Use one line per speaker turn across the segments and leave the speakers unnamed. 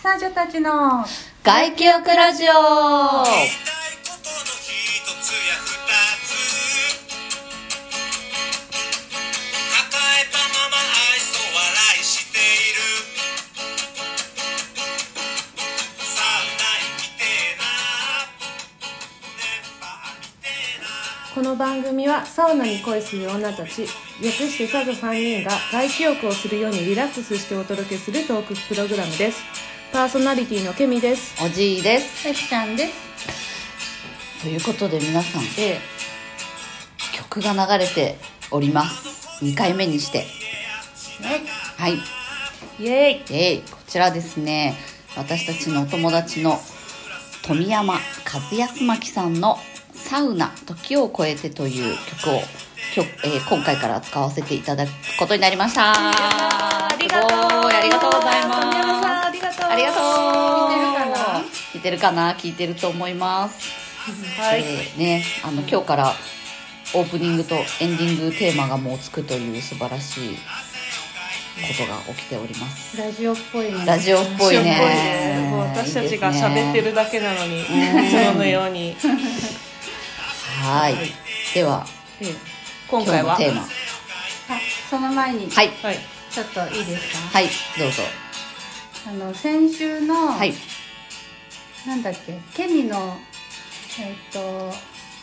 少女たちの
外記憶ラジオ
言いたいことの一つや二つ抱えたまま愛想笑いしているサウナ行きてえな熱波浴びてえな
この番組はサウナに恋する女たち略してサ女3人が外気浴をするようにリラックスしてお届けするトークプログラムですパーソナリティのケミです
おじいです
さきちゃんです
ということで皆さん
A
曲が流れております2回目にして
はい
はい
イエーイ
えいこちらですね私たちのお友達の富山和康巻さんの「サウナ時を超えて」という曲を曲、えー今回から使わせていただくことになりましたあ
りがとう
ありがとうございます
富山さんありがとう
ありがとう
聞
聞いてるかな聞いてると思います
はい
えーねあの今日からオープニングとエンディングテーマがもうつくという素晴らしいことが起きております
ラジオっぽいね
ラジオっぽいね
もう私たちが喋って
いいですね
るだけなのにいつものように
はいでは
今回は
今日のテーマ
あその前に
はい
はい
ちょっといいですか、
はいどうぞ
あの先週の、
はい
なんだっけケミのえっと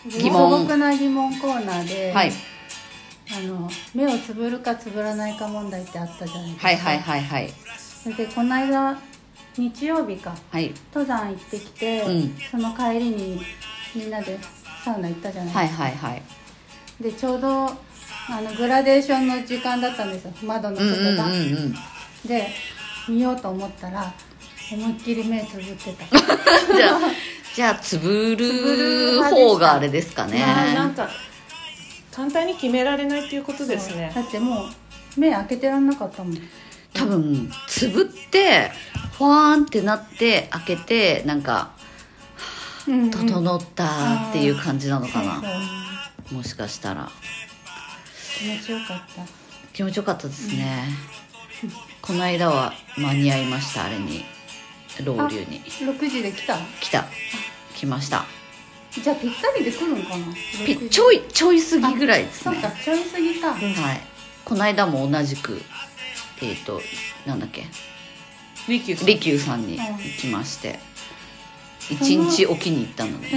疑問
素朴な疑問コーナーで、
はい
あの目をつぶるかつぶらないか問題ってあったじゃないですか
はいはいはいはい
でこの間日曜日か
はい
登山行ってきて、
うん
その帰りにみんなでサウナ行ったじゃないですか、
はいはいはい
でちょうどあのグラデーションの時間だったんですよ窓の
うんうん
外が、
うんうん
で見ようと思ったら思いっきり目つぶってた
じゃあじゃあつぶ
る
る
派でした
方があれですかね
まあなんか簡単に決められないっていうことですね
だってもう目開けてらんなかったもん
多分つぶってファーンってなって開けてなんか
うんうん
整ったっていう感じなの
そ
か
う
な、もしかしたら
気持ちよかった
気持ちよかったですね、この間は間に合いましたあれにロウリュに
6時で来た
来た来ました
じゃあぴったりで来るのかな
ぴ
6時
ちょいちょい過ぎぐらいです
そ
ね
うかちょいすぎか、
はいこの間も同じくえっ、となんだっけ
リキューさん
利休さんに行きまして一日おきに行ったのね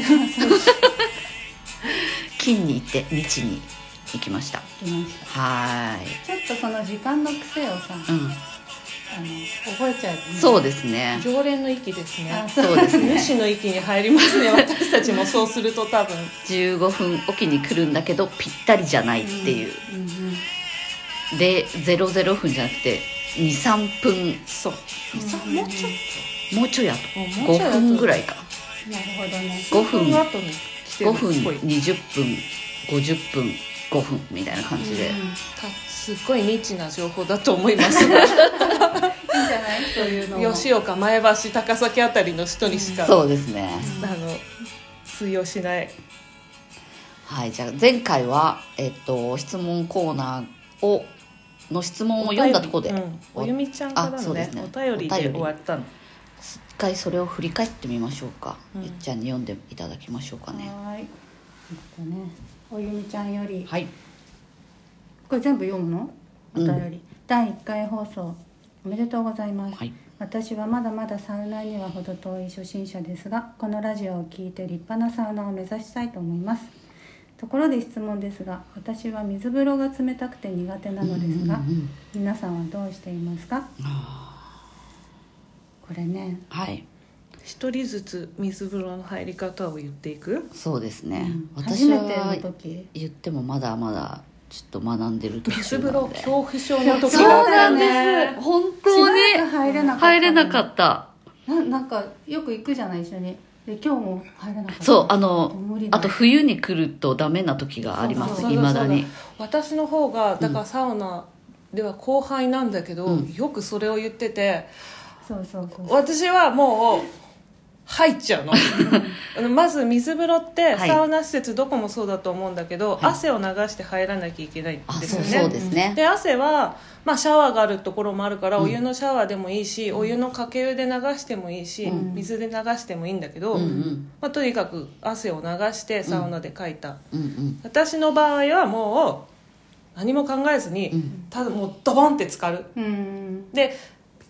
金に行って日に行きました
来ました
はーい
ちょっとその時間の癖をさ、
うん、
あの覚えちゃうよね
そうですね
常連の域ですね
あそう
そうですね
主の域に入りま すね私たちもそうすると多分
15分おきに来るんだけどぴったりじゃないっていう、
うんうん
で00分じゃなくて23分
そう
うん
もうちょっ
もうちょいや
と
と5分ぐらいか
なるほどね
5分
の後に来てる
5
っ
分
ぽい
20分50分5分みたいな感じで、
うん
たすっごいニッチな情報だと思 いますが
いいんじゃないそういうのも
吉岡前橋高崎あたりの人にしか、
そうですね、
あの通用しない
はい、じゃあ前回は、えっと、質問コーナーをの質問を読んだところで、
うん
お
おゆみちゃんから
あ
の
そうで
ね
すね
お便り
お便
で
り
終わったの
一回それを振り返ってみましょうか、
うん
いっちゃんに読んでいただきましょうかね
はーいえっとねおゆみちゃんより
はい
これ全部読むのお
うん
便り、第1回放送おめでとうございます、
はい
私はまだまだサウナーには程遠い初心者ですがこのラジオを聞いて立派なサウナーを目指したいと思いますところで質問ですが私は水風呂が冷たくて苦手なのですが、
うんうんうん
皆さんはどうしていますかこれね
はい
一人ずつ水風呂の入り方を言っていく
そうですね、
うん初
私
め
は
ての時
言ってもまだまだちょっと学んでる途
水
中
風
な
呂
んで
恐怖症の時
そうなんです、
ね
本当に
しばらく入れなかった
入れなかった
ななんかよく行くじゃない一緒にで今日も入らなかった
そうあの
無理だ
あと冬に来るとダメな時があります
そう
いまだに
私の方がだからサウナでは後輩なんだけど、
うん
よくそれを言ってて
そうそうそう
私はもう入っちゃうの あのまず水風呂って
はい
サウナ施設どこもそうだと思うんだけど、
はい
汗を流して入らなきゃいけないん
あ
です
そ
よ
う
ね
そうですね、
で汗は、まあ、シャワーがあるところもあるからお湯のシャワーでもいいし、お湯のかけ湯で流してもいいし、
うん
水で流してもいいんだけど、
うんうん
まあ、とにかく汗を流してサウナでかいた、
うんうん
私の場合はもう何も考えずに、
うん
ただもうドボンって浸かる
うん
で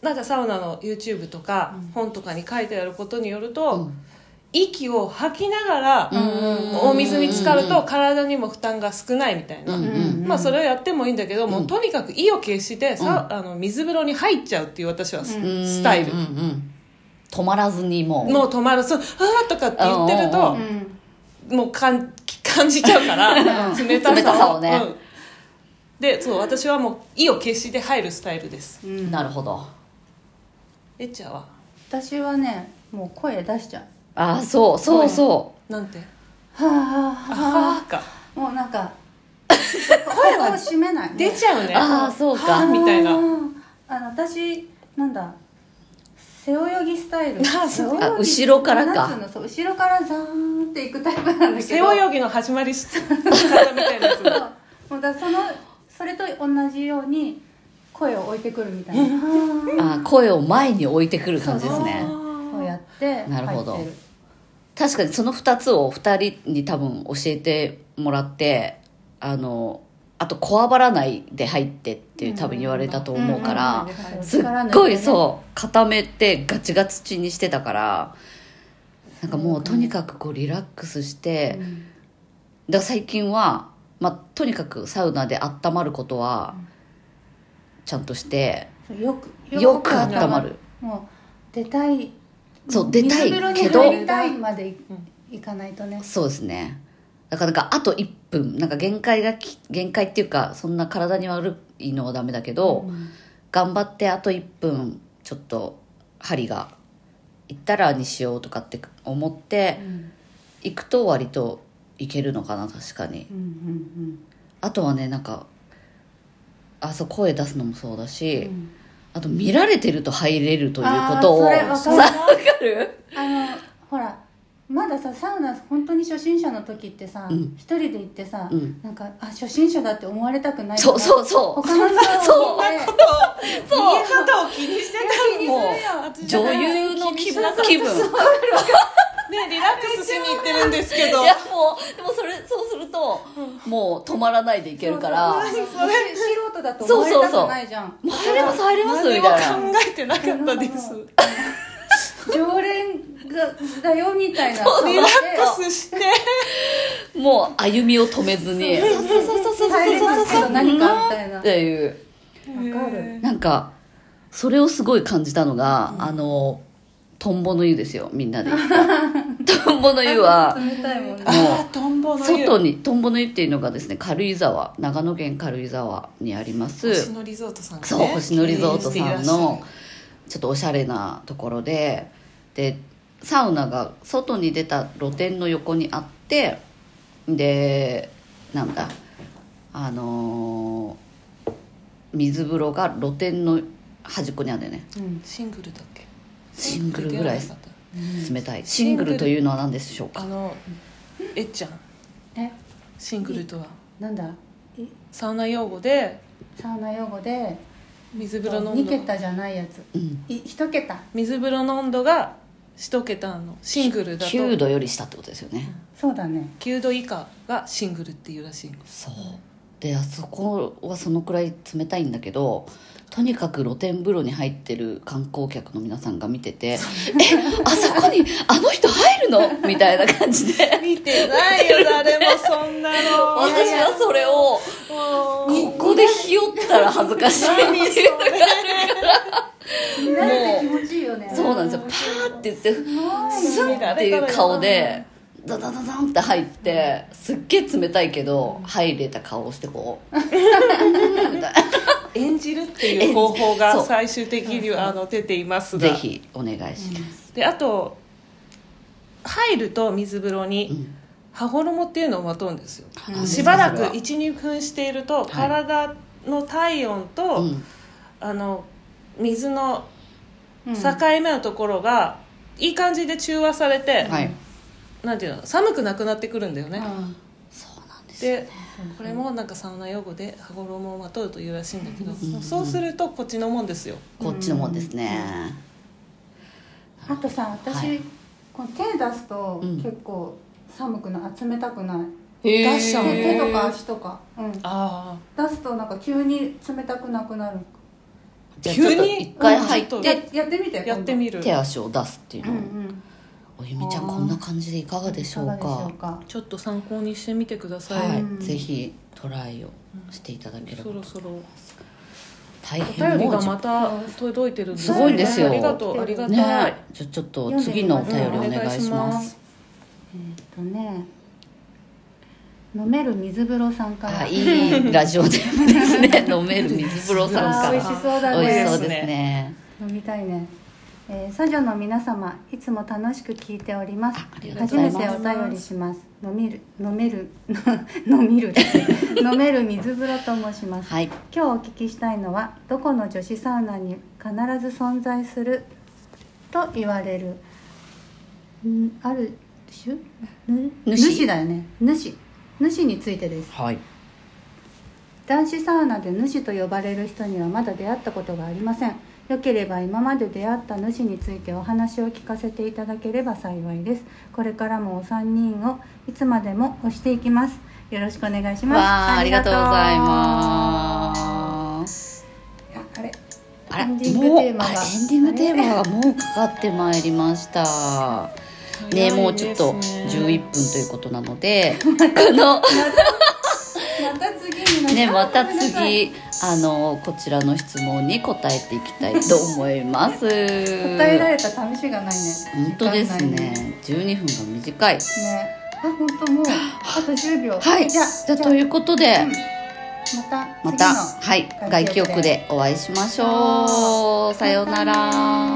なんかサウナの YouTube とか本とかに書いてあることによると、
うん
息を吐きながら、
うん
お水に浸かると体にも負担が少ないみたいな、
うん
うん
まあそれをやってもいいんだけど、もううんとにかく意を決してさ、あの水風呂に入っちゃうっていう私はス,、タイル、
うんうんうん止まらずにもう
もう止まるそう「あー」とかって言ってると、
うん
うん
もう感感じちゃうから
うん
冷たさを
冷たさをね
うんでそう私はもう意を決して入るスタイルです
うん
なるほど
えっちゃんは
私はねもう声出しちゃう
あそうそうそ
なんて
はあ
あ
はあは
はーか
あもうなんか声を締めない
出ちゃうね
あーそうか
はーみたいな
あーあの私なんだ背泳ぎスタイル
あそう
あ後ろからか
なんつうのそう後ろからザーンっていくタイプなんだけど
背泳ぎの始まりし方みたいなやつ
そうもうだそのそれと同じように声を置いてくるみたいな
うあ声を前に置いてくる感じですね
そうやって入って
なるほど確かにその2つを2人に多分教えてもらってあのあとこわばらないで入ってって多分言われたと思うから
うんうん
すっごいそう固めてガチガチにしてたからなんかもうとにかくこうリラックスしてだから最近は、まあ、とにかくサウナで温まることはちゃんとして
そうよく
よく温まる
もう出たい
そう出たい
水風呂に
けど
入りたいまでいいかないとね
そうですねだからなんかあと1分なんか限界がき限界っていうかそんな体に悪いのはダメだけど、頑張ってあと1分ちょっと針がいったらにしようとかって思って、行くと割といけるのかな確かに
うんうん
あとはねなんかあそう声出すのもそうだし、
うんうん
あと見られてると入れるということを
あーそれわ
さ
か
わかる
あのほらまださサウナ本当に初心者の時ってさ
うん
一人で行ってさ
うん
なんかあ初心者だって思われたくない
そう
う
そうそう
他の人
そ
を
う
見て
見え方を気にしてた
も
も
う女優の気分気分
ねリラックスしに行ってるんですけど
いやもうでもそれそうすると、もう止まらないでいけるから
そう
「
そうそう素人だと思われたくないじゃん
もう入れます入れます」
何
み
も考
たいな
えてなかったです
常連がだよみたいな
リラックスして
もう歩みを止めずに「そうそうそうそうそう
入れ
そ
ま
う
すけ
そう
ど何かみたいな
っていう
わかる
なんかそれをすごい感じたのが、あのトンボの湯ですよみんなで 行ったトンボの湯は
冷たいもんね
あートンボの湯
外にトンボの湯っていうのがですね軽井沢長野県軽井沢にあります
星野リゾートさんがね
そう星野リゾートさんの
経営していらっし
ちょっとおしゃれなところででサウナが外に出た露店の横にあってでなんだあのー水風呂が露店の端っこにあるんだよね
ゃるシングルだっけ
シングルぐらい
出会わなかっ
冷たいシングルというのは何でしょう
たあ
か
のえっちゃん
え
シングルとは
なんだい
サウナ用語で
サウナ用語で
水風呂の温
2
度
桁じゃないやつ
うん
い1桁
水風呂の温度が1桁のシングルだと
9度より下ってことですよね
そうだね
9度以下がシングルっていうらしいの
そうであそこはそのくらい冷たいんだけどとにかく露天風呂に入ってる観光客の皆さんが見てて「えあそこにあの人入るの?」みたいな感じで
見てないよ誰もそんなの
私はそれをここでひよったら恥ずかしいっていう
見られて気持ちいいよね
そうなんですよパーって言ってスンっていう顔でザザザザンって入ってすっげえ冷たいけど入れた顔をしてこうみたいな
演じるっていう方法が
そう
最終的にあの出ていますが
ぜひお願いします、
であと入ると水風呂に、
うん
羽衣っていうのをまとうんですよ
うん
しばらく12分していると体の体温と、
うん
あの水の
うん
境目のところがいい感じで中和されて、
はい
なんていうの寒くなくなってくるんだよね、
うんそうなんです
でこれもなんかサウナ用語で羽衣をまとうというらしいんだけど、そうするとこっちのもんですよ
こっちのもんですね、
あとさ私、
はい
この手出すと
うん
結構寒くない冷たくない、
へー
出しちゃう
手手
ね
とか足とか、うん、出
あ
すとなんか急に冷たくなくなる
じゃあちょっ
急
と
に
一回入っ
うん
や
て
やってみて
あやってみる
手足を出すっていう
今度う
のを、
んうん
おゆみちゃんこんな感じでいかがでしょうか
いかがでしょうか
ちょっと参考にしてみてください、
はい、
うん
ぜひトライをしていただければ
そろそろ
大
お便
変
り
も
が
う
ま
じ
た届いてるんです
ごいんですよ
ありがとうありが
ね
たい、
えじゃあちょっと次のお便りお願いします
えーっ、とね飲める水風呂さんから
あいいラジオでもですね飲める水風呂さん
あ
か
ー
ら
美味しそうだ
美味
ね
しそうですね
飲みたいね。えー、サジョの皆様いつも楽しく聞いております
ありがとうご
初
ざ
め
います
てお便りします飲みる飲める 飲みる 飲める水風呂と申します、
はい
今日お聞きしたいのはどこの女子サウナに必ず存在すると言われるんある種ぬ
主
主だよね主主についてです
はい
男子サウナで主と呼ばれる人にはまだ出会ったことがありませんよければ今まで出会った主についてお話を聞かせていただければ幸いですこれからもお三人をいつまでも推していきますよろしくお願いします
わあありがとうございます
すあれ
あら
エ
もう
ンディングテーマが
あエンディングテーマがもうかかってまいりましたねもうちょっと11分ということな のでこ
ま
の
た次にな
ね、また
ごめんなさい
次あのこちらの質問に答えていきたいと思います
答えられた試しがないね
本当です
時間ないね
ね12分が短い
ねあ本当もうあと10秒
はい
じ
じ
ゃ
ゃ
あ
あということで、
うんま
ま
た次
た
の
はい外
外
記
記憶
憶でお会いしましょうさようなら